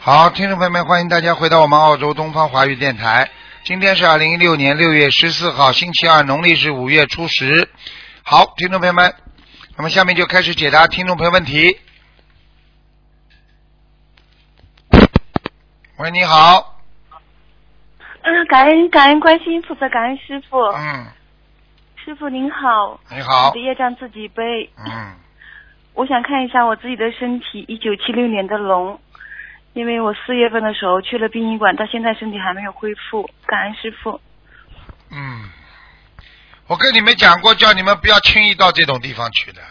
好，听众朋友们，欢迎大家回到我们澳洲东方华语电台。今天是二零一六年六月十四号，星期二，农历是五月初十。好，听众朋友们，那么下面就开始解答听众朋友问题。喂，你好，嗯，感恩感恩观世音菩萨，感恩师傅。嗯，师傅您好，你我好的，业障自己背。嗯，我想看一下我自己的身体，一九七六年的龙，因为我四月份的时候去了殡仪馆，到现在身体还没有恢复。感恩师傅。嗯，我跟你们讲过，叫你们不要轻易到这种地方去的。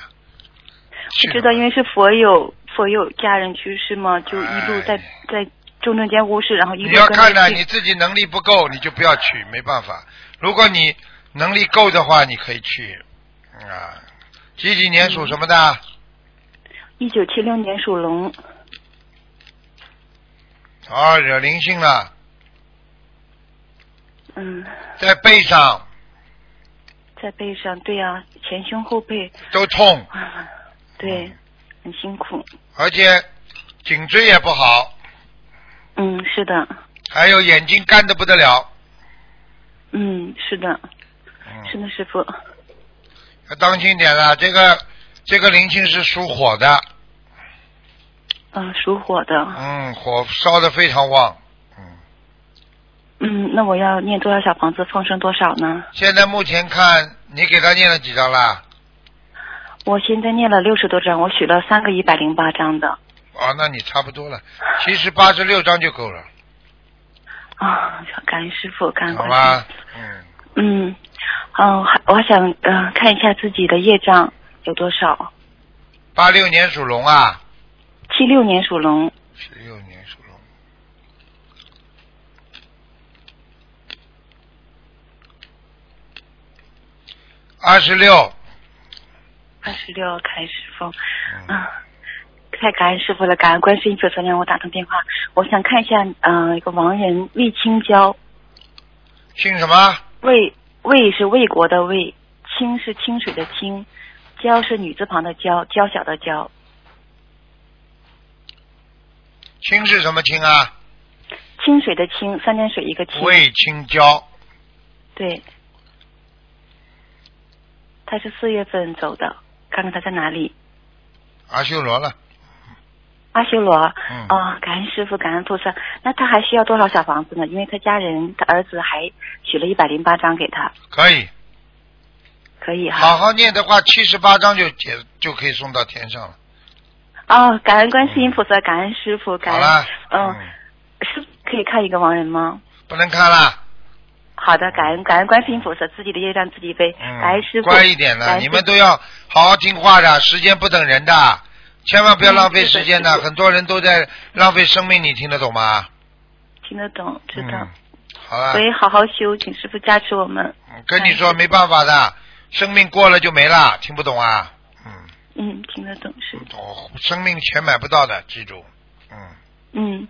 我知道，因为是佛友，佛友家人去世嘛，就一路在、哎在中正监护室，然后一你路要跟看着呢，去你自己能力不够，你就不要去，没办法。如果你能力够的话，你可以去。啊，几几年嗯属什么的？一九七六年属龙，哦，惹灵性了，嗯，在背上在背上，对呀、前胸后背，都痛，啊对，嗯很辛苦。而且颈椎也不好，嗯，是的，还有眼睛干的不得了。嗯，是的，是嗯，的，师傅。要当心点了，这个这个灵性是属火的，嗯、属火的。嗯，火烧的非常旺。嗯，嗯，那我要念多少小房子，放生多少呢？现在目前看你给他念了几张啦？我现在念了六十多章，我许了三个一百零八章的。哦，那你差不多了，其实八十六张就够了，啊，感恩师傅，感恩好观世音吧？嗯，嗯，嗯，还我还想嗯、呃看一下自己的业障有多少。八六年属龙啊，七六年属龙，十六年属龙，二十六，二十六，感恩师傅。嗯，啊，太感恩师傅了，感恩观世音菩萨让我打通电话。我想看一下，呃，一个亡人魏青娇，姓什么？魏魏是魏国的魏，清是清水的清，娇是女字旁的娇，娇小的娇，清是什么清啊？清水的清，三点水一个清。魏青娇，对，他是四月份走的，看看他在哪里。阿修罗了，阿修罗，啊、嗯，感恩师傅，感恩菩萨。那他还需要多少小房子呢？因为他家人，他儿子还取了一百零八张给他，可以，可以啊哈。好好念的话，七十八张就解就可以送到天上了。哦，感恩观世音菩萨，感恩师傅，嗯感好恩。了，嗯，师傅可以看一个亡人吗？不能看了。好的，感恩感恩观世音菩萨，自己的业障自己背。感恩师嗯，傅，乖一点感了，恩你师们都要好好听话的，时间不等人的，千万不要浪费时间嗯的，是的很多人都在浪费生命，你听得懂吗？听得懂，知道。嗯、好了所，以好好修，请师傅加持我们。嗯跟你说没办法哎的，生命过了就没了，听不懂啊？嗯，嗯，听得懂是。我生命钱买不到的，记住。嗯，嗯，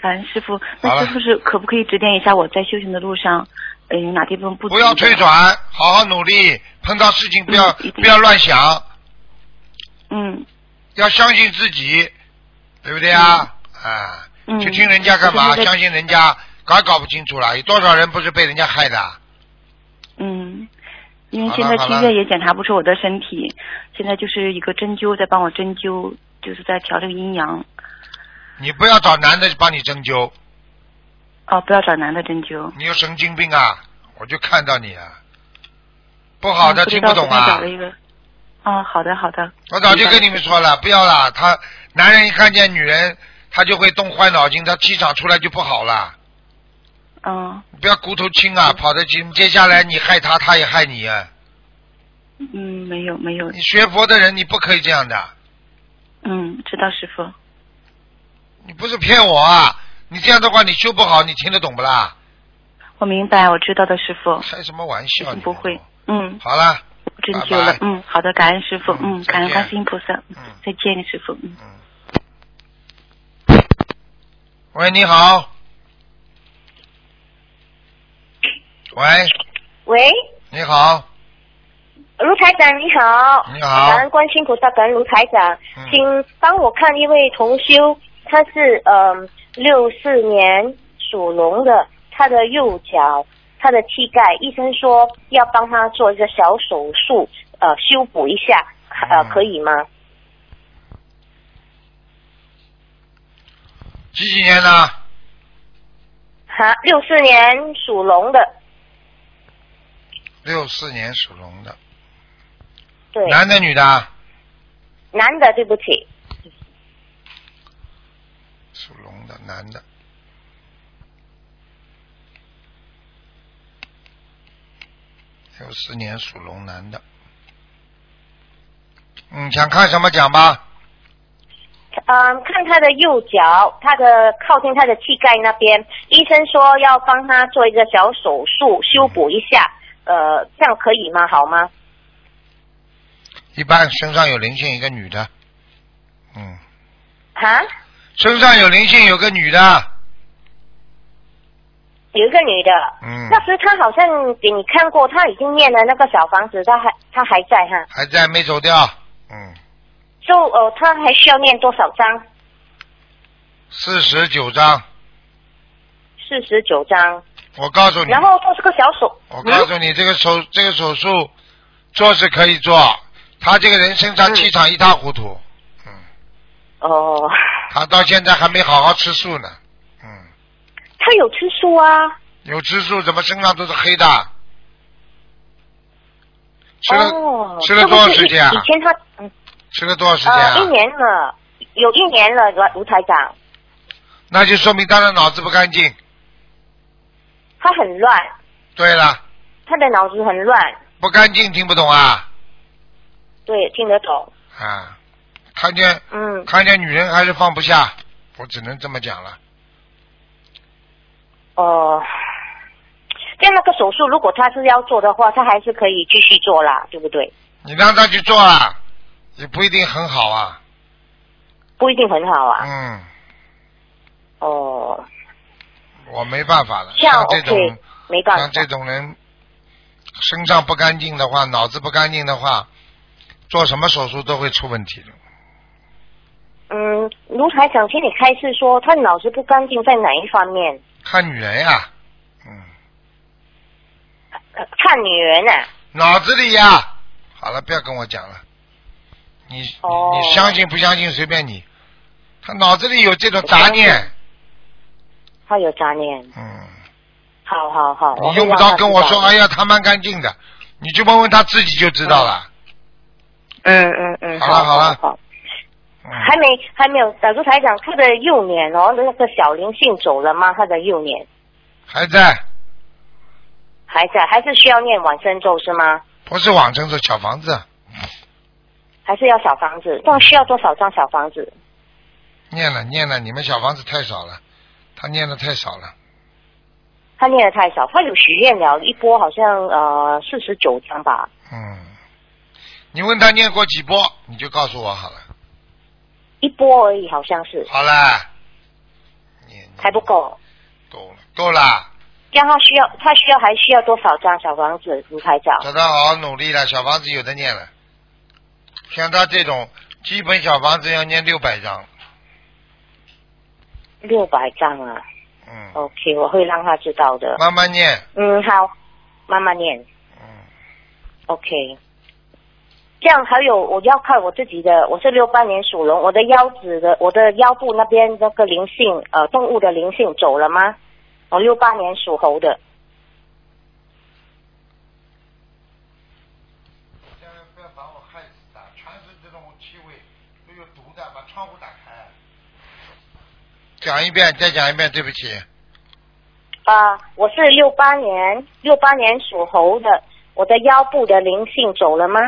感恩师傅。好那了师傅是可不可以指点一下我在修行的路上，嗯、有哪地方不不足的要退转，好好努力，碰到事情不要、嗯一定不要乱想，嗯要相信自己，对不对啊？啊。嗯。去听人家干嘛？我现在在相信人家，搞也搞不清楚了。有多少人不是被人家害的？嗯，因为好现了在好了去月也检查不出我的身体，现在就是一个针灸在帮我针灸，就是在调这个阴阳。你不要找男的帮你针灸，哦，不要找男的针灸。你有神经病啊！我就看到你了，不好的、嗯听知道懂昨天啊找了！一个。哦，好的好的。我早就跟你们说了，不要啦。他男人一看见女人，他就会动坏脑筋，他气场出来就不好了。嗯不要骨头轻啊，跑得轻，接下来你害他，他也害你啊！嗯，没有没有你。学佛的人，你不可以这样的，嗯，知道师傅。你不是骗我啊！你这样的话，你修不好，你听得懂不啦？我明白，我知道的师傅。开什么玩一笑？定你不会。嗯。好了，针灸了，拜拜嗯，好的，感恩师傅，嗯嗯，感再恩见观世音菩萨，嗯嗯再见，师傅，嗯。嗯。喂，你好。喂，喂，你好。卢台长你好，你好感恩观世音菩萨，感恩卢台长嗯，请帮我看一位同修，他是嗯、六四年属龙的，他的右脚，他的膝盖，医生说要帮他做一个小手术，呃，修补一下，呃，嗯可以吗？几几年的？哈，六四年属龙的，六四年属龙的，对，男的女的啊？男的，对不起，属龙的男的。六四年属龙男的，嗯，想看什么讲吧？嗯，看他的右脚，他的靠近他的膝盖那边，医生说要帮他做一个小手术修补一下，呃，这样可以吗？好吗？一般身上有灵性，一个女的，嗯，哈，身上有灵性，有个女的，有一个女的，嗯，那时她好像给你看过，她已经念了那个小房子，她还她还在哈，还在没走掉，嗯，就呃，她还需要念多少章？四十九章，四十九章，我告诉你，然后做这个小手，我告诉你，这个手这个手术做是可以做，他这个人身上嗯气场一塌糊涂，嗯，嗯哦，他到现在还没好好吃素呢，嗯，她有吃素啊，有吃素怎么身上都是黑的？吃了、哦，吃了多长是不是时间啊以？以前她嗯吃了多少时间啊？呃一年了，有一年了，卢卢台长。那就说明他的脑子不干净。他很乱，对了，他的脑子很乱，不干净听不懂啊对，听得懂，啊！看见嗯，看见女人还是放不下，我只能这么讲了。哦、但那个手术如果他是要做的话，他还是可以继续做啦，对不对？你让他去做啊，也不一定很好啊。不一定很好啊，嗯，哦、我没办法了。像像这种 OK，没办像法这，种人身上不干净的话，脑子不干净的话，做什么手术都会出问题的。嗯，卢台长，请你开示说他脑子不干净在哪一方面？看女人呀、嗯，呃看女人啊，脑子里呀、好了，不要跟我讲了。你你哦你相信不相信随便你。他脑子里有这种杂我相念，他有杂念，嗯，好好好，你会用不让着他跟我知说，道哎呀，他蛮干净的，你就问问他自己就知道了。嗯嗯嗯，好了好了好。嗯，还没还没有，呃，卢台长，他的右脸哦，那个小灵性走了吗？他的右脸还在，还在，还是需要念往生咒是吗？不是往生是小房子，还是要小房子？那需要多少张小房子？念了念了，你们小房子太少了，他念的太少了。他念的太少，他有许愿了一波，好像呃四十九张吧。嗯，你问他念过几波，你就告诉我好了。一波而已，好像是好了，你还不，够，够了，够了，让他需要，他需要还需要多少张小房子？卢台长，叫他好好努力了。小房子有的念了，像他这种基本小房子要念六百张，六百张啊嗯， ，OK，我会让他知道的。慢慢念，嗯，好，慢慢念。嗯， OK，这样还有我要看我自己的，我是六八年属龙，我的腰子的，我的腰部那边那个灵性，呃，动物的灵性走了吗？我六八年属猴的，千万不要把我害死的，全是这种气味，都有毒的，把窗户打开。讲一遍，再讲一遍，对不起，啊、我是六八年，六八年属猴的，我的腰部的灵性走了吗？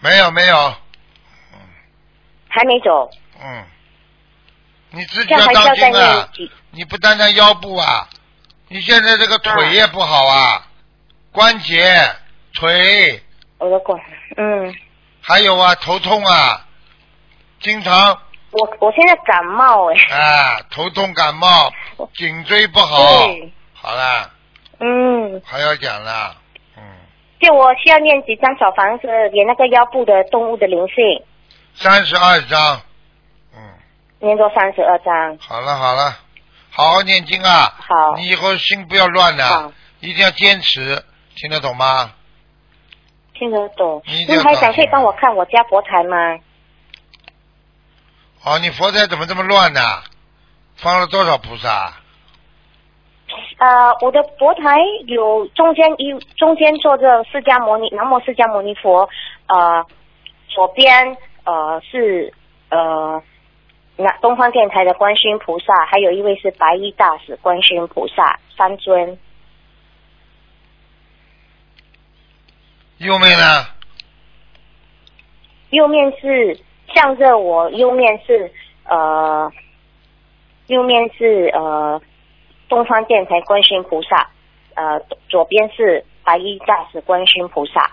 没有没有，还没走，嗯，你自己这样要还需当要再心啊念。几？你不单单腰部啊，你现在这个腿也不好啊，关节、腿，嗯我的管，嗯，还有啊头痛啊，经常我我现在感冒哎、啊头痛、感冒、颈椎不好，对，好啦，嗯，还要讲啦，嗯，就我需要念几张小房子给那个腰部的动物的灵性，三十二章。嗯，念多三十二张。好了好了，好好念经啊！好，你以后心不要乱了、好，一定要坚持，听得懂吗？听得懂你。这那样还告想诉可以我帮我看我家佛台吗？哦，你佛台怎么这么乱呢、放了多少菩萨？呃，我的佛台有中间一中间坐着释迦牟尼南无释迦牟尼佛，呃，左边呃是呃那东方电台的观世音菩萨，还有一位是白衣大使观世音菩萨三尊。右面呢？右面是向着我，右面是呃，右面是呃东方电台观世音菩萨，呃左边是白衣大使观世音菩萨，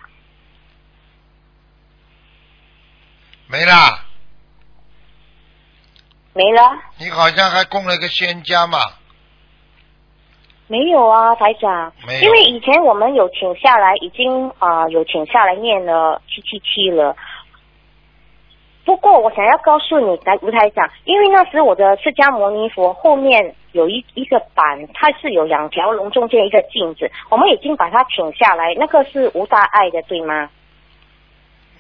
没啦。没了。你好像还供了个仙家嘛？没有啊，台长没有，因为以前我们有请下来，已经啊、有请下来念了七七七了。不过我想要告诉你，台吴台长，因为那时我的释迦牟尼佛后面有一一个板，它是有两条龙，中间一个镜子，我们已经把它请下来，那个是无大碍的，对吗？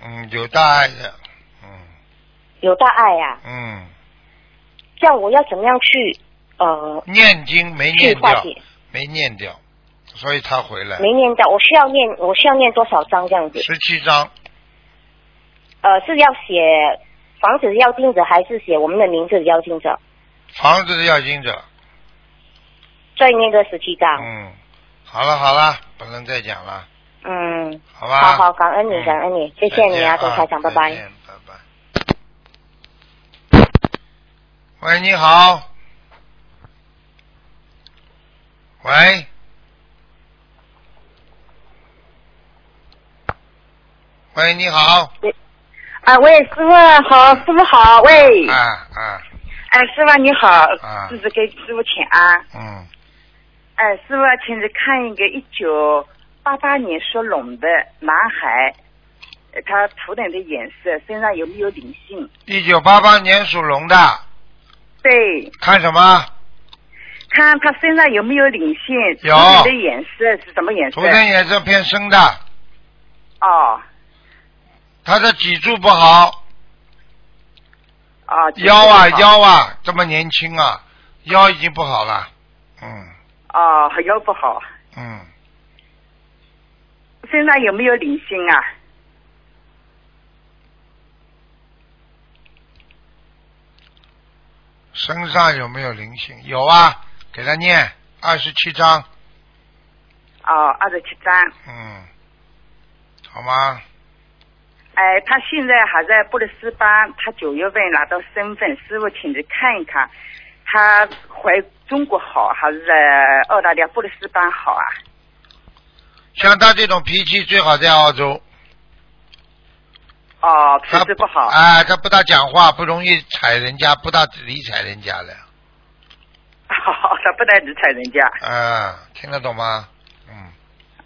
嗯，有大爱的。嗯有大碍啊，嗯，这样我要怎么样去呃念经没去念化掉，解？没念掉，所以他回来没念到，我需要念，我需要念多少章这样子？十七章，呃，是要写房子的要镜者，还是写我们的名字的要镜者？房子的要经者。再念个十七章。嗯，好了好了，不能再讲了，嗯，好好吧？好，感恩你，嗯感恩你，谢谢你啊，再见董台长，拜再拜。见拜拜。喂，你好。喂。喂，你好。啊，喂，师傅好，师傅好，喂，啊啊，哎，师傅你好啊，弟子给师傅请安。嗯，哎，师傅，请你看一个一九八八年属龙的男孩，呃他图腾的颜色，身上有没有灵性？一九八八年属龙的，对，看什么？看他身上有没有灵性，有图腾的颜色是什么颜色图？腾颜色偏深的，哦他的脊柱不好，哦，腰啊就是腰啊，这么年轻啊，腰已经不好了。嗯哦腰不好，嗯，身上有没有灵性啊？身上有没有灵性？有啊，给他念二十七章。哦，二十七张。嗯，好吗？哎，他现在还在布里斯班，他九月份拿到身份，师傅请你看一看，他回中国好还是在澳大利亚布里斯班好啊？像他这种脾气，最好在澳洲。哦，脾他气不好。哎，他不大讲话，不容易踩人家，不大理睬人家的。 好，他不能理睬人家。啊，听得懂吗？嗯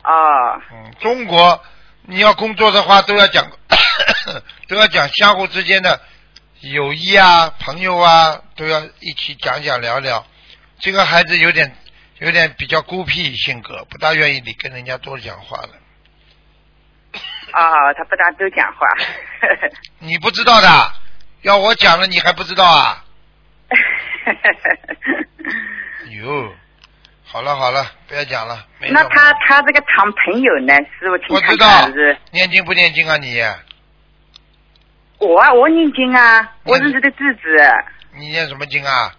哦，嗯，中国你要工作的话，都要讲， 都要讲相互之间的友谊啊、朋友啊，都要一起讲讲聊聊。这个孩子有点有点比较孤僻性格，不大愿意你跟人家多讲话了。哦，他不大都讲话。你不知道的，要我讲了你还不知道啊？哟，好了好了，不要讲了。没什么 那他他这个谈朋友呢？师傅请我知看道看是。念经不念经啊你？我啊，我念经啊，我念是经这个弟子。你念什么经啊？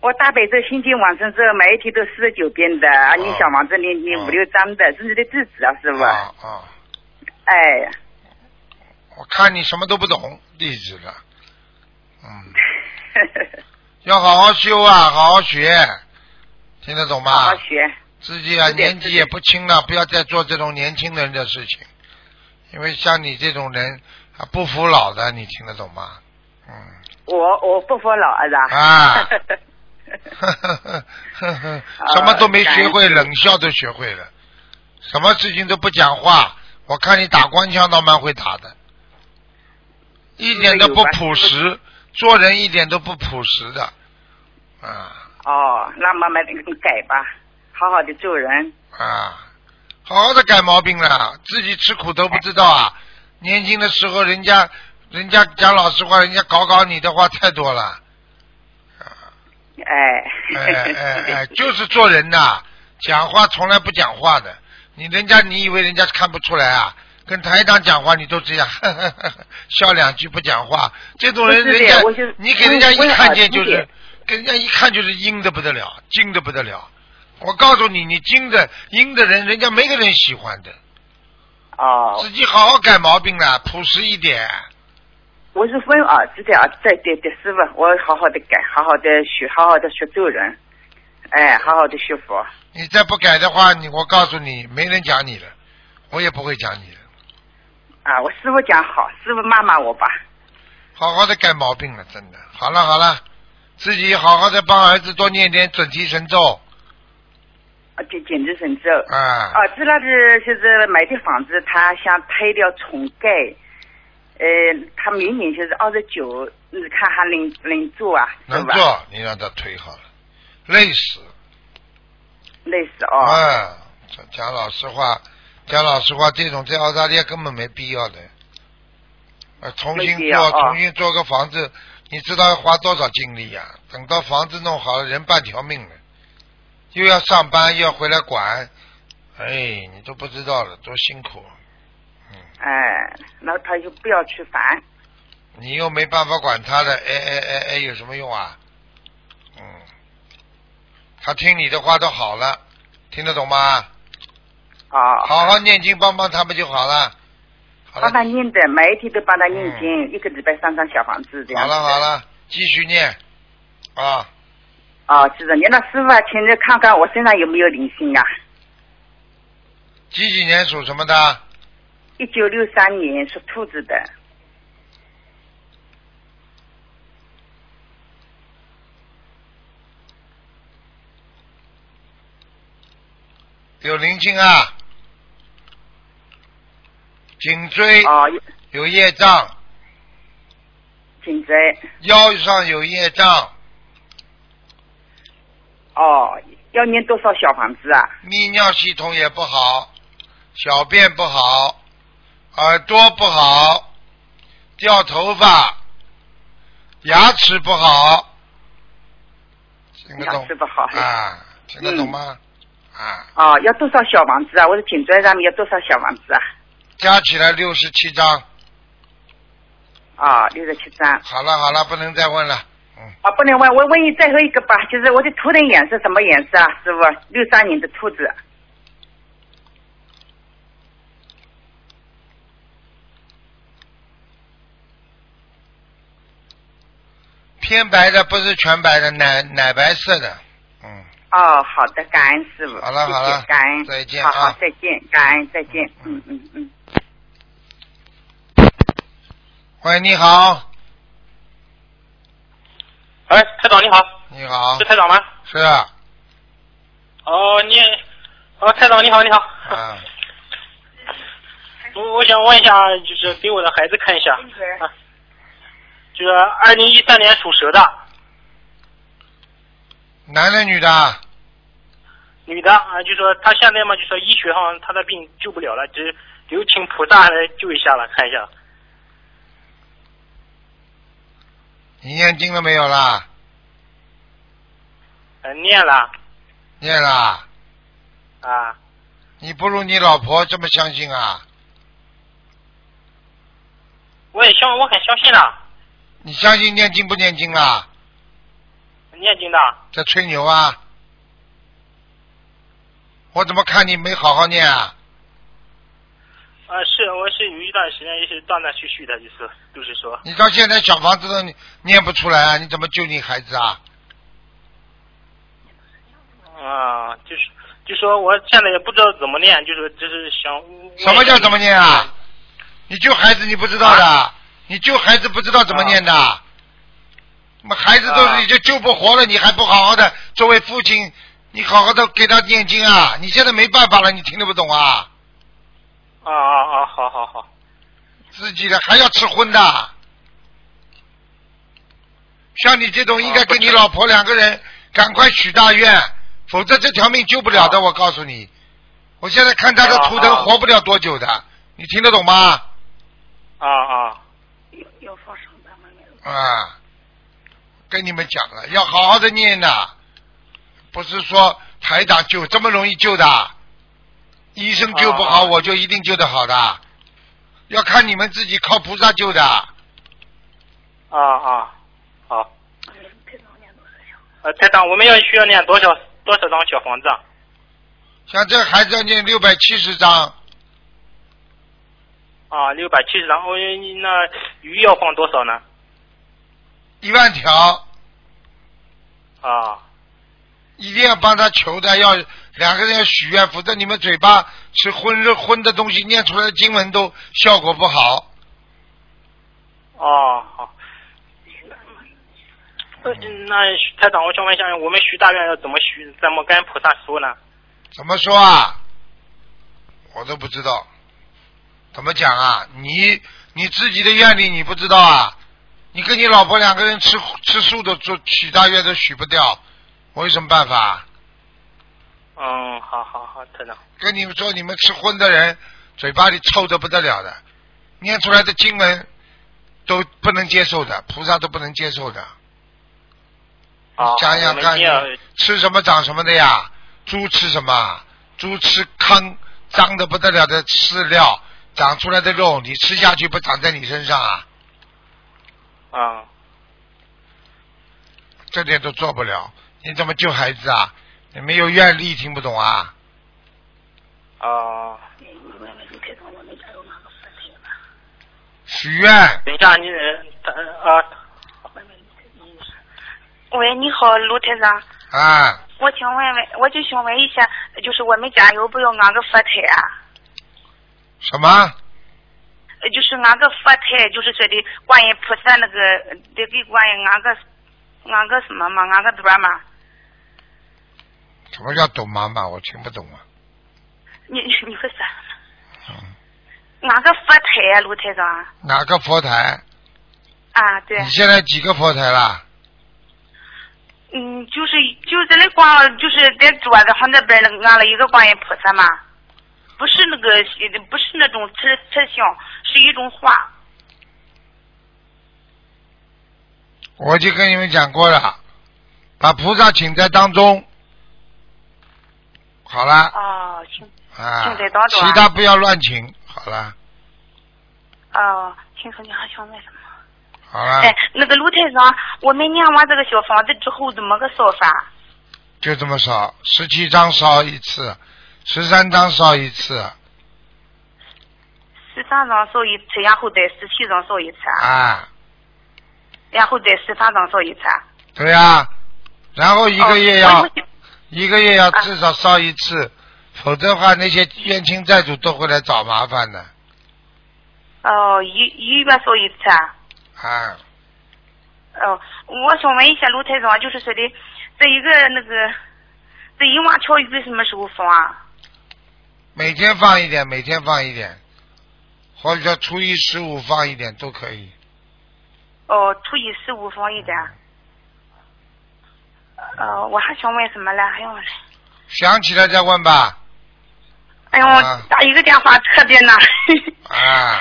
我大悲咒、心经、往生咒，每一天都四十九遍的，啊，你小王子念念哦五六章的，是你的弟子啊，师傅。啊啊！哎，我看你什么都不懂，弟子了。 嗯，要好好修啊，好好学，听得懂好吗？好学。自己啊，是的年纪是的也不轻了，不要再做这种年轻人的事情，因为像你这种人啊，不服老的，你听得懂吗？嗯。我我不服老儿子。啊 呵呵呵呵，什么都没学会，冷笑都学会了。什么事情都不讲话，我看你打官腔倒蛮会打的，一点都不朴实，做人一点都不朴实的， 啊哦，那慢慢的改吧，好好的做人。啊，好好的改毛病了，自己吃苦都不知道啊！年轻的时候，人家人家讲老实话，人家搞搞你的话太多了，哎，哎哎哎，就是做人呐，讲话从来不讲话的。你人家你以为人家看不出来啊？跟台长讲话你都这样， 呵呵呵笑两句不讲话，这种人不是人的家我就是你给人家一我也看见就我也是，给人家一看就是阴的不得了，精的不得了。我告诉你，你精的阴的人，人家没个人喜欢的。哦，自己好好改毛病了，朴实一点。 我是分儿子的儿子，对对对，师傅，我好好的改，好好的学，好好的学做人，哎，好好的学佛。你再不改的话，你我告诉你，没人讲你了，我也不会讲你了。啊，我师傅讲好，师傅骂骂我吧。好好的改毛病了，真的。好了好了，自己好好的帮儿子多念点准提神咒啊，就简直神咒。啊。儿子那是就是买的房子，他想推掉重盖，呃，他明年就是二十九，你看还能能做啊？是能吧？做，你让他推好了，累死。类似嗯、哦，讲讲老实话，讲老实话，这种在澳大利亚根本没必要的。呃，重新没做，必要啊重新做个房子，你知道要花多少精力呀、等到房子弄好了，人半条命了，又要上班，又要回来管，哎，你都不知道了，多辛苦。啊哎，然后他就不要去烦。你又没办法管他的，哎哎哎哎，有什么用啊？嗯，他听你的话都好了，听得懂吗？哦，好好念经，帮帮他们就好了。好了帮，他念的，每一天都帮他念经，一个礼拜上上小房子这好样子。了，好了，继续念啊！哦，是的，你那师傅啊，请你看看我身上有没有灵性啊？几几年属什么的？一九六三年是兔子的，有灵性啊，颈椎哦，有业障，颈椎，腰上有业障，哦，要念多少小房子啊？泌尿系统也不好，小便不好，耳朵不好，掉头发，牙齿不好，听得懂牙齿不好啊？听得懂吗？啊，哦，要多少小房子啊？我的颈椎上面要多少小房子啊？加起来六十七张。啊、六十七张。好了好了，不能再问了。嗯，啊，不能问，我问你最后一个吧，就是我的图腾颜色什么颜色啊？师傅，六三年的兔子。偏白的不是全白的，奶奶白色的。嗯，哦，好的，感恩师傅。好了谢好了谢感恩，再见好啊好，再见，感恩，再见，嗯嗯嗯。嗯喂，你好，哎，台长你好，你好是，台长吗？是啊，哦，你，哦，台长你好，你好。啊我我想问一下，就是给我的孩子看一下，啊，就是二零一三年属蛇的男的女的啊？女的啊，就说她现在嘛，就说医学上她的病救不了了，只有请菩萨来救一下了，看一下。你念经了没有啦？呃，念了念啦。啊，你不如你老婆这么相信啊？我也相我很相信了，你相信念经不念经啊？念经的在吹牛啊？我怎么看你没好好念啊？啊，是我是有一段时间也是断断续续的，就是就是说，你到现在小房子都念不出来啊？你怎么救你孩子啊？啊，就是就说我现在也不知道怎么练，就是只是想。什么叫怎么念啊？你救孩子你不知道的，你救孩子不知道怎么念的，那么孩子都啊是已经救不活了，你还不好好的作为父亲你好好的给他念经啊！你现在没办法了，你听得不懂啊？啊啊啊！好好好，自己的还要吃荤的。像你这种，应该啊不跟你吃老婆两个人赶快许大愿，否则这条命救不了的。啊我告诉你，我现在看他的图腾啊啊活不了多久的，你听得懂吗？啊啊啊，跟你们讲了，要好好的念呐，不是说台长救这么容易救的，医生救不好啊我就一定救得好的，要看你们自己靠菩萨救的。啊啊！好。呃，台长，我们要需要念多少多少张小房子啊？像这孩子要念六百七十章，啊，六百七十张。哦，那鱼要放多少呢？一万条，啊一定要帮他求的，要两个人要许愿，否则你们嘴巴吃荤肉荤的东西，念出来的经文都效果不好。哦好。呃那台长，我想问一下，我们许大愿要怎么许？怎么跟菩萨说呢？怎么说啊？我都不知道，怎么讲啊？你你自己的愿力你不知道啊？你跟你老婆两个人吃吃素都做许大愿都许不掉，我有什么办法？啊嗯，好好好，台长。跟你们说，你们吃荤的人嘴巴里臭的不得了的，念出来的经文都不能接受的，菩萨都不能接受的。啊，想想我们看一定要你吃什么长什么的呀？猪吃什么？猪吃糠脏的不得了的饲料，长出来的肉你吃下去不长在你身上啊？啊这点都做不了，你怎么救孩子啊？你没有愿力，听不懂啊？啊！许愿等一下，你呃台啊喂，你好，卢台长，啊，我想问问，我就想问一下，就是我们家要不要安个佛台啊？什么？呃就是安个佛台，就是说的观音菩萨那个，呃得给观音安个安个什么嘛，安个桌嘛。什么叫懂妈妈？我听不懂啊。你 你你会啥？嗯，安个佛台啊，卢台长。哪个佛台？啊，对，你现在几个佛台啦？嗯，就是就是在那光，就是在桌子上那边那个安了一个观音菩萨嘛，不是那个不是那种瓷瓷像，是一种画。我就跟你们讲过了，把菩萨请在当中。好啦。哦，行。啊就得当，中啊其他不要乱请，好了，哦，听说你还想问什么？好了，哎，那个卢台长，我们念完这个小房子之后怎么个烧法？就这么烧，十七张烧一次，十三张烧一次，十三张烧一次，然后再十七张烧一次，啊，然后再十三张烧一次。啊对呀、然后一个月哦要、我就一个月要啊至少烧一次，否则的话那些冤亲债主都会来找麻烦的，哦，一一月烧一次。啊，哦，我想问一下卢台长，就是说的这一个那个这一万条鱼什么时候放啊？每天放一点，每天放一点，或者说初一十五放一点都可以，哦，初一十五放一点。呃，我还想问什么嘞？哎还有嘞？想起来再问吧，哎呦，啊打一个电话特别难。啊。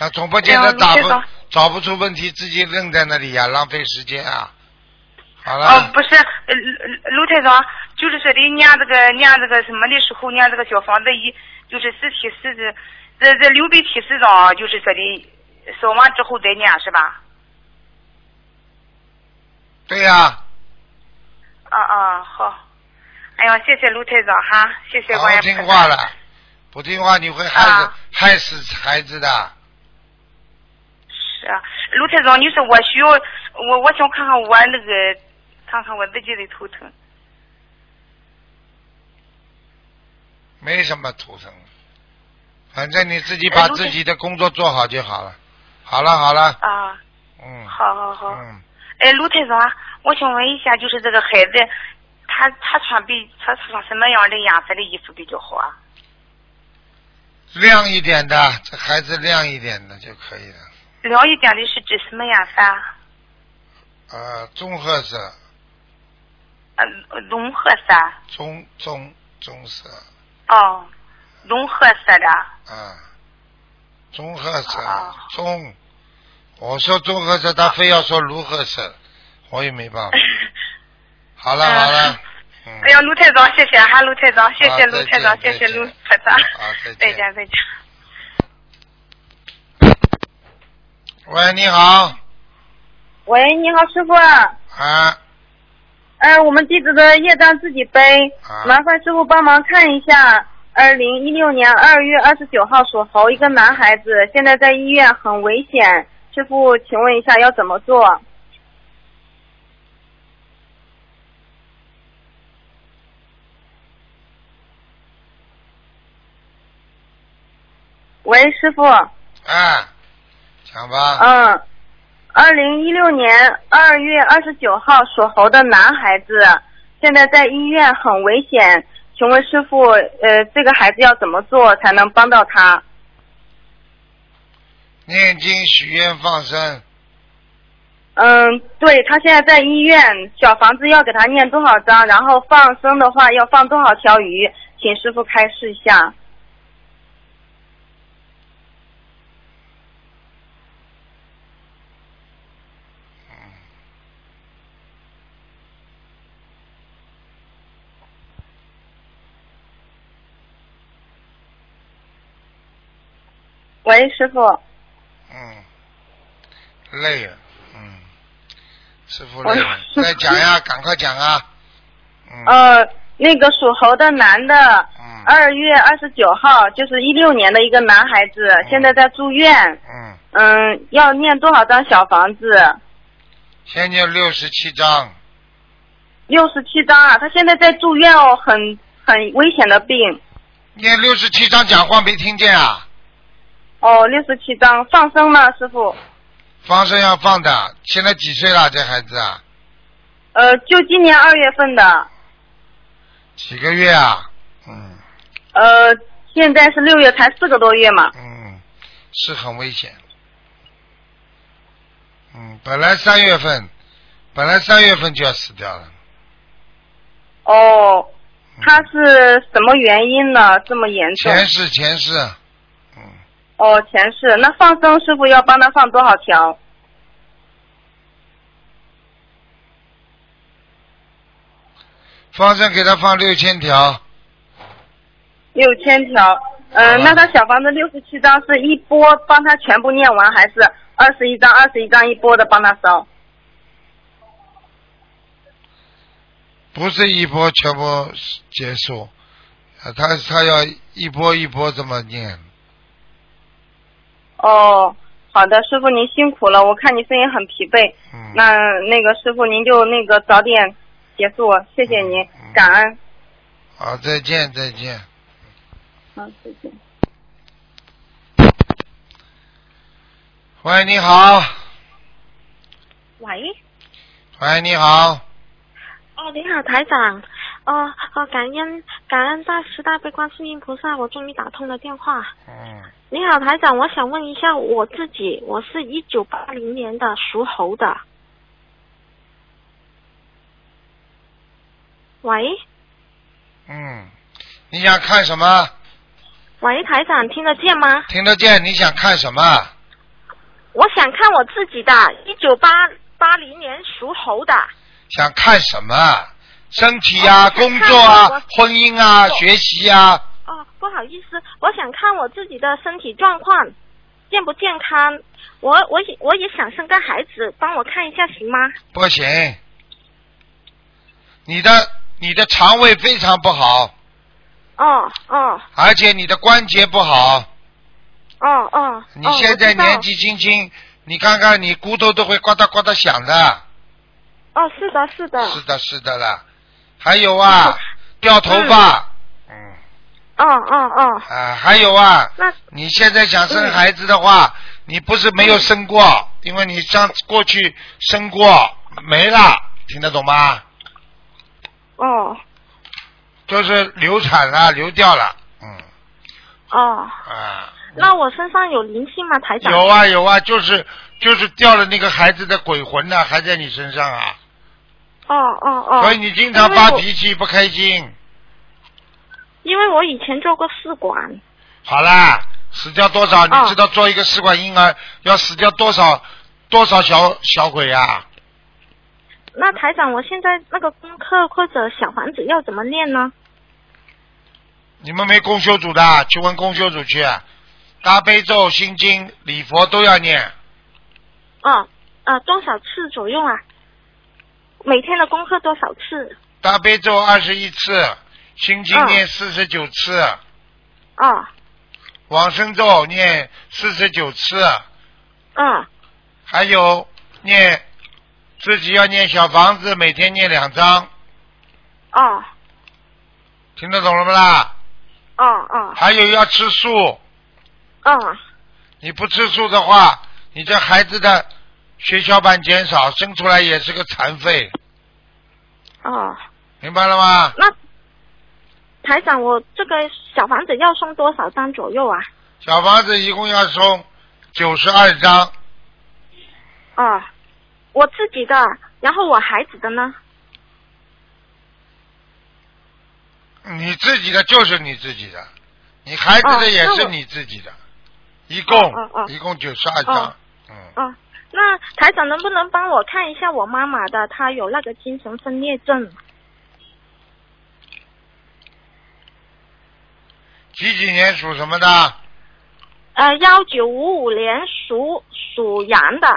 那总不见得打哎呀卢先不生找不出问题，自己愣在那里呀、浪费时间啊！好了，哦，不是，呃卢卢台长，就是说的念这个念这个什么的时候，念这个小房子一就是十七十这这这六百七十张，啊就是说的烧完之后再念是吧？对呀、啊啊，好。哎呀，谢谢卢台长哈，谢谢好观好音听菩萨话了，不听话你会害死、啊害死孩子的。是啊，卢台长，你说我需要我我想看看我那个看看我自己的头疼。没什么图腾，反正你自己把哎卢先自己的工作做好就好了。好了好了，啊，嗯，好好好。嗯，哎，卢台长，我想问一下，就是这个孩子，他他他穿比他穿什么样的颜色的衣服比较好啊？亮一点的，这孩子亮一点的就可以了。亮一点的是指什么颜色啊？呃，棕褐色，呃，棕褐色。棕棕棕色，哦，棕褐色的。啊，棕褐色哦，棕。我说棕褐色，他非要说卢褐色，我也没 办法。好了好了，嗯哎，呀，卢台长，谢谢哈，卢台长，谢好谢卢再台长，谢见谢再卢见台长好再见，再见再见。喂，你好，喂，你好，师傅。啊，呃，我们弟子的业障自己背，啊麻烦师傅帮忙看一下。二零一六年二月二十九号属猴，一个男孩子，现在在医院很危险。师傅，请问一下要怎么做？喂，师傅。啊，讲吧，嗯，二零一六年二月二十九号属猴的男孩子，现在在医院很危险，请问师傅，呃，这个孩子要怎么做才能帮到他？念经、许愿、放生，嗯，对他现在在医院，小房子要给他念多少章，然后放生的话要放多少条鱼，请师傅开示一下。喂，师傅，嗯，累了，嗯，师傅我累了，再讲呀，赶快讲啊，嗯，呃，那个属猴的男的，嗯二月二十九号，就是一六年的一个男孩子，现在在住院，嗯，嗯，要念多少张小房子？先就六十七章，六十七张啊！他现在在住院哦，很很危险的病念六十七章讲话没听见啊？哦，六十七张放生吗，师傅？放生要放的，现在几岁了这孩子啊？呃，就今年二月份的，几个月啊？嗯呃，现在是六月，才四个多月嘛。嗯，是很危险。嗯，本来三月份，本来三月份就要死掉了。哦，嗯他是什么原因呢？这么严重？前世前世，嗯，哦，前世。那放生师傅要帮他放多少条？放生给他放六千条，六千条。好啊呃，了那他小房子六十七张是一波帮他全部念完，还是二十一张二十一张一波的帮他烧？不是一波全部结束，呃他他要一波一波这么念。哦，好的，师傅您辛苦了，我看你声音很疲惫。嗯，那那个师傅您就那个早点结束，谢谢您嗯嗯，感恩。好，再见再见。好，谢谢。喂，你好，喂，喂，你好，哦，你好，台长，哦哦，感恩感恩大慈大悲观世音菩萨，我终于打通了电话。嗯。你好，台长，我想问一下我自己，我是一九八零年的属猴的。喂嗯，你想看什么？喂，台长听得见吗？听得见？你想看什么？我想看我自己的，一九八八零年属猴的。想看什么？身体啊，哦工作啊我想看，婚姻啊，工作学习啊。哦，不好意思，我想看我自己的身体状况健不健康。我我也我也想生个孩子，帮我看一下行吗？不行，你的你的肠胃非常不好，哦哦而且你的关节不好。哦哦。你现在年纪轻轻，你看看你骨头都会呱嗒呱嗒响的。哦？哦，是的，是的。是的，是的啦。还有啊，掉头发。嗯嗯哦哦哦，啊，还有啊，那你现在想生孩子的话，你不是没有生过，因为你上过去生过没了，听得懂吗？哦就是流产了，流掉了，嗯哦，啊，那我身上有灵性吗，台长？有啊有啊，就是就是掉了那个孩子的鬼魂呢、还在你身上啊，哦哦哦。所以你经常发脾气，不开心。因为我以前做过试管，好啦，死掉多少？哦你知道做一个试管婴儿要死掉多少多少小小鬼啊？那台长，我现在那个功课或者小房子要怎么念呢？你们没供修组的，去问供修组去。大悲咒、心经、礼佛都要念，哦，呃，多少次左右啊？每天的功课多少次？大悲咒二十一次，心经嗯念四十九次，哦，往生咒念四十九次，嗯，还有念自己要念小房子，每天念两张，哦，听得懂了不啦？哦哦，还有要吃素，哦，你不吃素的话，你这孩子的血小板减少，生出来也是个残废，哦，明白了吗？那台长，我这个小房子要送多少张左右啊？小房子一共要送九十二张，哦，我自己的，然后我孩子的呢？你自己的就是你自己的，你孩子哦的也那是我你自己的，一共、哦哦一共九十二哦张，嗯，哦，那台长能不能帮我看一下我妈妈的？她有那个精神分裂症，几几年属什么的？呃，幺九五五年属属羊的。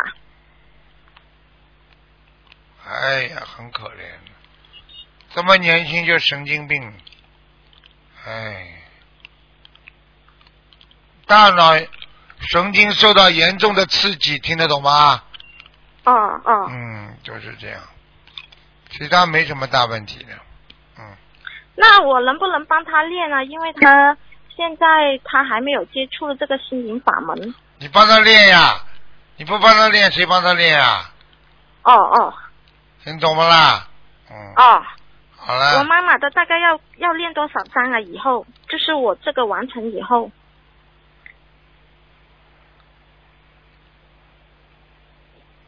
哎呀，很可怜，这么年轻就神经病，哎，大脑神经受到严重的刺激，听得懂吗？哦哦，嗯，就是这样，其他没什么大问题的，嗯，那我能不能帮她练啊？因为她现在她还没有接触这个心灵法门。你帮他练呀，你不帮他练，谁帮他练呀？哦哦听懂不啦？嗯，哦，好我了，妈妈的大概要要练多少张啊？以后就是我这个完成以后。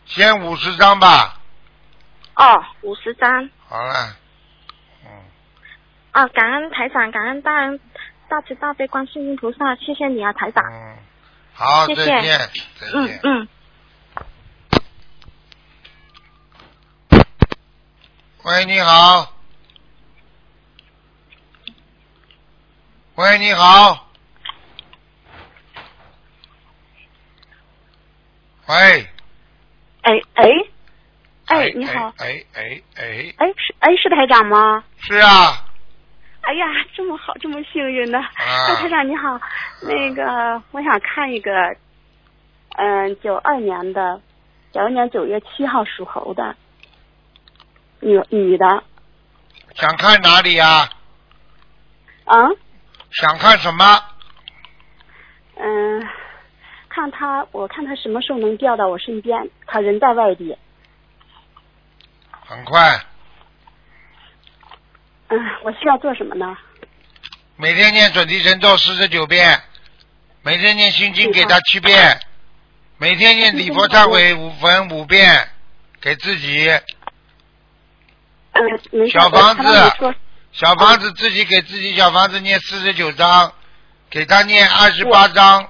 先五十张吧，哦，五十张。好了，嗯，啊，感恩台长，感恩大恩大慈大悲观世音菩萨，谢谢你啊，台长。嗯，好，谢谢再见，再见。嗯嗯，喂，你好。喂，你好。喂。哎哎哎哎，你好，哎哎哎，哎是哎是台长吗？是啊，哎呀，这么好，这么幸运呢！啊哎，台长你好，那个我想看一个，嗯，九二年的，九二年九月七号属猴的，女女的，想看哪里啊？啊，想看什么？嗯，看她，我看她什么时候能调到我身边，她人在外地，很快，嗯，我需要做什么呢？每天念准提神咒四十九遍，每天念心经给他七遍，每天念礼佛忏悔五分五遍，给自己。嗯，没事小房子她让我说小房子自己给自己小房子念四十九章，给他念二十八章，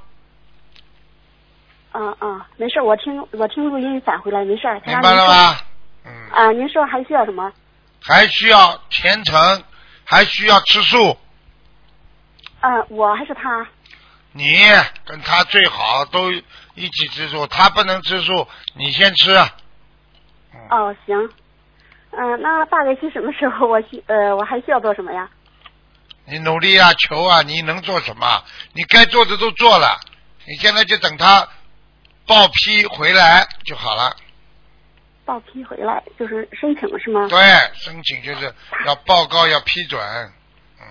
嗯嗯，没事，我听我听录音返回来，没事儿。台明长白了？您说吗？嗯，啊，您说还需要什么？还需要虔诚，还需要吃素。呃，我还是他？你跟他最好都一起吃素，他不能吃素，你先吃。嗯，哦，行。嗯、那大概是什么时候 我需呃我还需要做什么呀？你努力啊，求啊，你能做什么？你该做的都做了，你现在就等他报批回来就好了。报批回来就是申请是吗？对，申请就是要报告，要批准。嗯，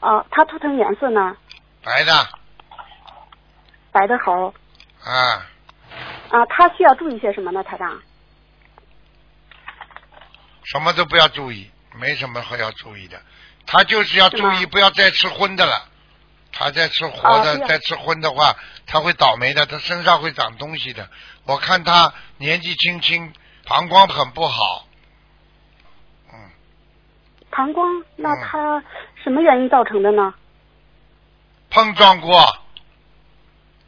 哦，他图腾颜色呢？白的白的猴。啊。啊，他需要注意些什么呢，台长？什么都不要注意，没什么要注意的，他就是要注意不要再吃荤的了。他再吃活的，哦对啊再吃荤的话，他会倒霉的，他身上会长东西的。我看他年纪轻轻，膀胱很不好，膀胱，那嗯它什么原因造成的呢？碰撞过，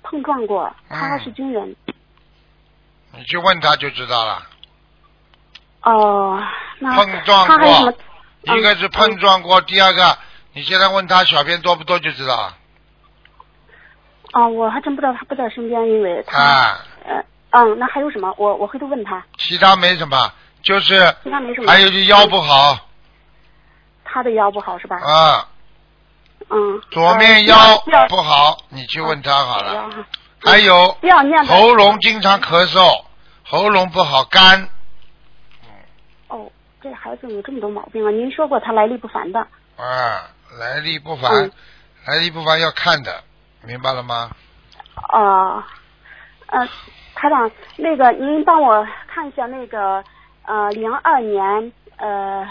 碰撞过，他嗯是军人。你去问他就知道了。哦，那碰撞他还有什么过？，嗯一个是碰撞过，第二个你现在问他小便多不多就知道了。哦，我还真不知道他不在身边，因为他，啊，呃，嗯，那还有什么？我我回头问他，其他没什么，就是其他没什么。还有就腰不好他的腰不好是吧？啊，嗯。啊左面腰不好，你去问他好了。了。还有第二念的喉咙经常咳嗽，喉咙不好，干哦，这孩子有这么多毛病啊！您说过他来历不凡的。啊，来历不凡，嗯来历不凡要看的，明白了吗？啊，呃，台长，那个您帮我看一下那个呃，零二年呃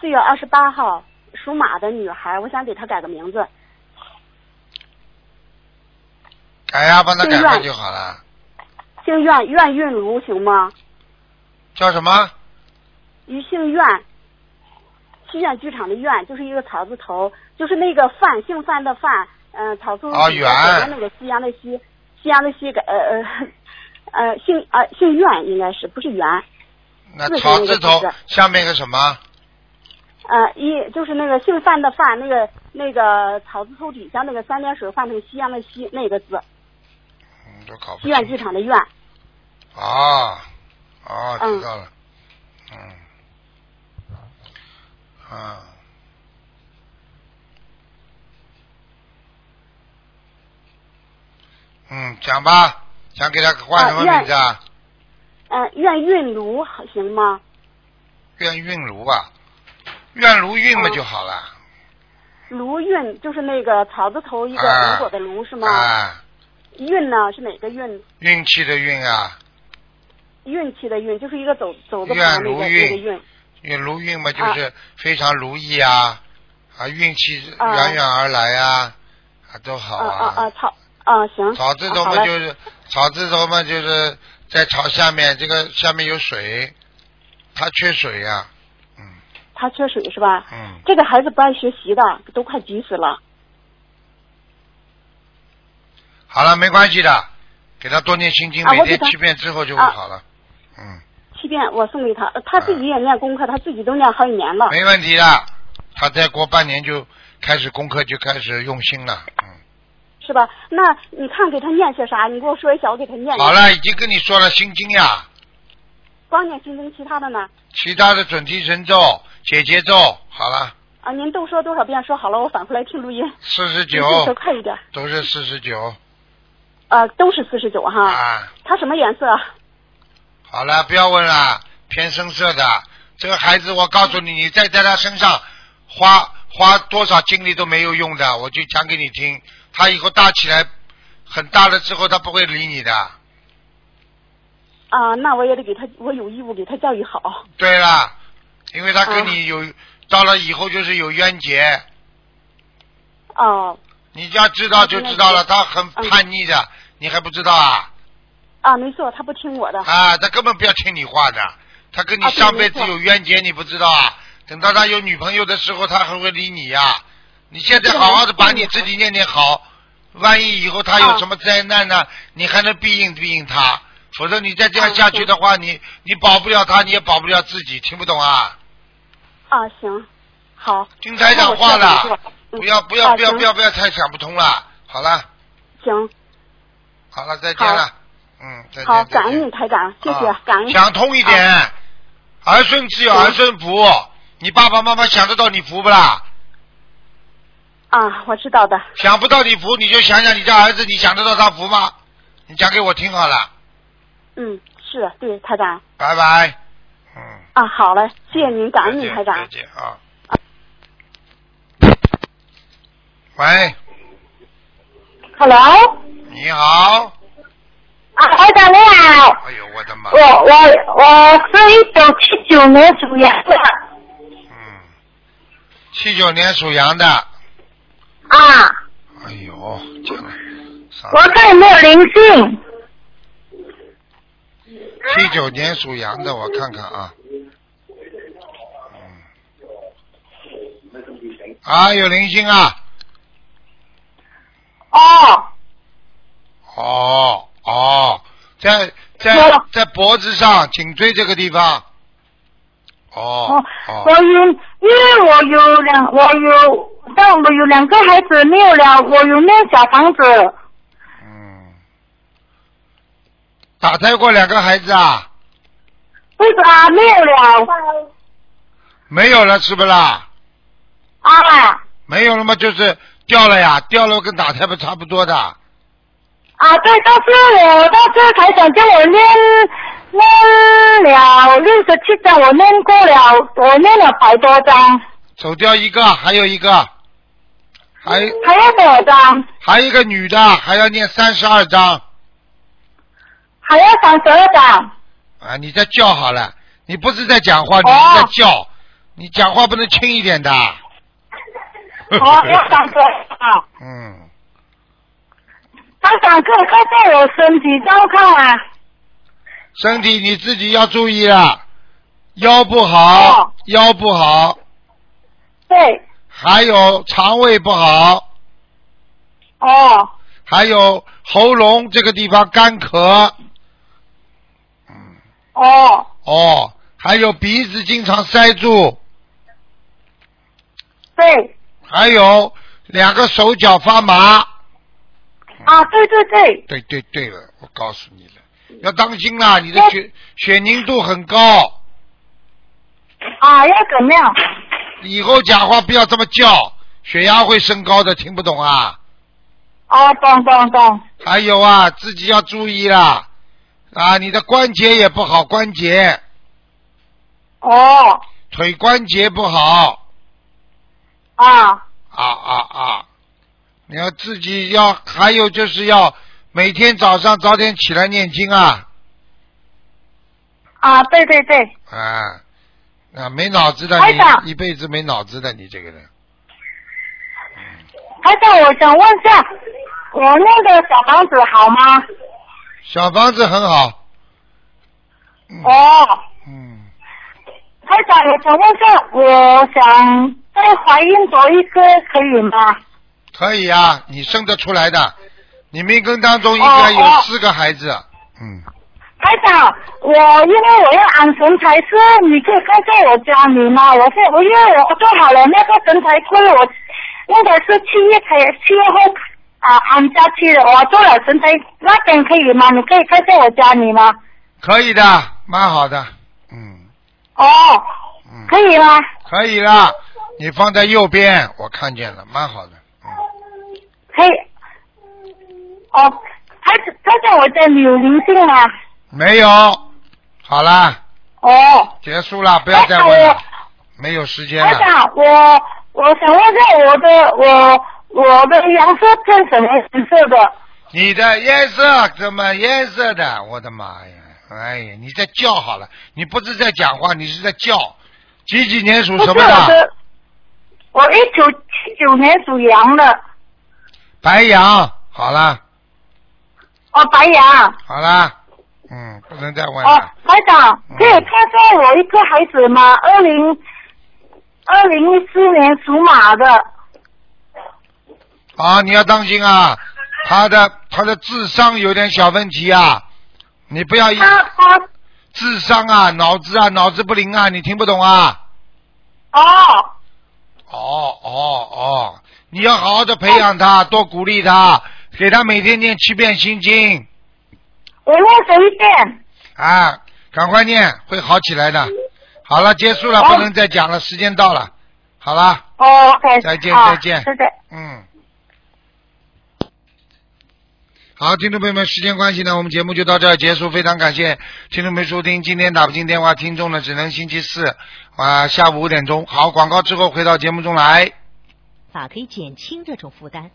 四月二十八号属马的女孩，我想给她改个名字。改呀、帮他改对改呀就好了。姓苑，苑韵如行吗？叫什么？于姓苑，西苑剧场的苑，就是一个草字头，就是那个范，姓范的范，嗯、草字头啊底远下左边那个西安的西，西安的西改呃呃呃姓呃姓苑应该是不是袁？那四个草那个字头字下面一个什么？呃，一就是那个姓范的范，那个那个草字头底下那个三点水换成西安的西那个字，嗯，都哦搞不西清苑剧场的苑，啊，哦，嗯知道了，嗯，啊，嗯，讲吧，想给他换什么名字啊？呃，苑韵如行吗？苑韵如啊，苑如韵嘛嗯就好了，卢韵就是那个草字头一个啊如果的卢是吗？啊，韵呢是哪个韵？运气的运啊，运气的运，就是一个走走字苑旁那如个韵那个运。运如韵嘛就是非常如意啊，啊，运气啊远远而来啊，啊，都好啊啊啊，草啊行。草字头啊好嘛嘞就是草字头嘛就是在草下面，这个下面有水，它缺水呀、嗯他缺水是吧？嗯，这个孩子不爱学习的，都快急死了。好了，没关系的，给他多念心经，啊每我天给他七遍之后就会啊好了，嗯，七遍我送给他，呃他自己也念功课，他自己都念好几年了。没问题的，他再过半年就开始功课就开始用心了，嗯，是吧？那你看给他念些啥？你给我说一下，我给他念。好。了，已经跟你说了心经呀，光念心经，其他的呢？其他的准提神咒、解结咒，好了，啊，您都说多少遍？说好了，我反过来听录音。四十您就说九快一点。都是四十九啊，都是四十九哈。啊。他什么颜色？啊好了，不要问了，偏深色的。这个孩子，我告诉你，你再在他身上花花多少精力都没有用的。我就讲给你听，他以后大起来很大了之后，他不会理你的。啊，那我也得给他，我有义务给他教育好。对了，因为他跟你有、到了以后就是有冤结，哦、你要知道就知道了。他很叛逆的，你还不知道啊？嗯啊，没错，他不听我的。啊，他根本不要听你话的，他跟你啊对上辈子没错有冤结，你不知道啊？等到他有女朋友的时候，他还会理你呀、你现在这个好好的还把是你女自孩己念念好，万一以后他有啊什么灾难呢，你还能庇应庇应他。否则你再这样啊下去行的话，你你保不了他，你也保不了自己。听不懂啊？啊，行，好。听台长话那我了知道，怎么做嗯不要不要啊不要行不要不要太想不通了。好了行，好了，再见好了。嗯，再见。好，再感恩见你台长，谢谢，啊感恩。想通一点，儿孙自有儿孙福。你爸爸妈妈想得到你福不啦？啊，我知道的。想不到你福，你就想想你家儿子，你想得到他福吗？你讲给我听好了，嗯，是对台长。拜拜。嗯，啊，好嘞，谢谢您，感恩再你见台长再。见啊。喂， Hello，你好。啊，台长你啊好，哎呦，我的妈！我我我是一九七九年属羊的，七九年属羊的，啊，哎呦，这个啥我看有没有灵性？七九年属羊的，我看看啊。嗯。啊，有灵性啊！哦，哦哦，在在我在脖子上、颈椎这个地方。哦哦我有，因为我有两，我有，但我有两个孩子没有了，我有那小房子，打胎过两个孩子啊？为啥啊没有了？没有了是不啦？啊没有了嘛，就是掉了呀，掉了跟打胎不差不多的。啊，对，到这我到这台长叫我念念了六十七张，我念过了，我念了百 多张，走掉一个，还有一个，还还要多少张？还有一个女的，还要念三十二章还要三十二张。啊！你在叫好了，你不是在讲话，你是在叫，你讲话不能轻一点的。哦，要三十二张。嗯，他想看看在我身体照看啊。身体你自己要注意啊，腰不好，腰不好，哦对，还有肠胃不好，哦，还有喉咙这个地方干咳，哦，哦，还有鼻子经常塞住，对，还有两个手脚发麻。啊，对对对，对对对了，我告诉你了，要当心啦，你的血血凝度很高，啊，要怎么样？以后讲话不要这么叫，血压会升高的，听不懂啊？啊，懂懂懂，还有啊，自己要注意啦，啊，你的关节也不好，关节哦，腿关节不好，啊，啊啊啊！你要自己要，还有就是要每天早上早点起来念经啊啊，对对对，啊啊！没脑子的台长你，一辈子没脑子的你这个人。台长，我想问一下，我那个小房子好吗？小房子很好，哦，嗯，台长，我想问一下，我想再怀孕多一个可以吗？可以啊，你生得出来的，你命根当中应该哦有哦四个孩子，嗯，台长，我因为我要安神才是，你可以放在我家里吗？我是我因为我做好了那个神台柜，我那个是七月才七月后啊安下去的，我做了神台那边可以吗？你可以放在我家里吗？可以的，蛮好的，哦，可以吗？可以啦，你放在右边，我看见了，蛮好的，可以。哦，台台长，我这里有灵性吗？没有，好啦，哦，结束啦，不要再问哎了，没有时间台了，长，我我想问一下我的我我的颜色偏什么颜色的？你的颜色怎么颜色的？我的妈呀，哎呀，你在叫好了，你不是在讲话，你是在叫，几几年属不什是么我的，我一九七九年属羊的，白羊，好啦。哦，白羊。好啦，嗯，不能再问哦了。，台长，嗯可以看看我一个孩子吗？二零二零一四年属马的，啊，你要当心啊，他的他的智商有点小问题啊，你不要一他他智商啊，脑子啊，脑子不灵啊，你听不懂啊？哦哦哦哦，你要好好的培养哦他，多鼓励他，给他每天念七遍心经我问谁一遍？啊，赶快念，会好起来的。好了，结束了，哦不能再讲了，时间到了。好了，哦，OK，再见好再见再见。嗯。好，听众朋友们，时间关系呢，我们节目就到这儿结束。非常感谢听众朋友收听，今天打不进电话，听众呢只能星期四啊、下午五点钟。好，广告之后回到节目中来。法可以减轻这种负担。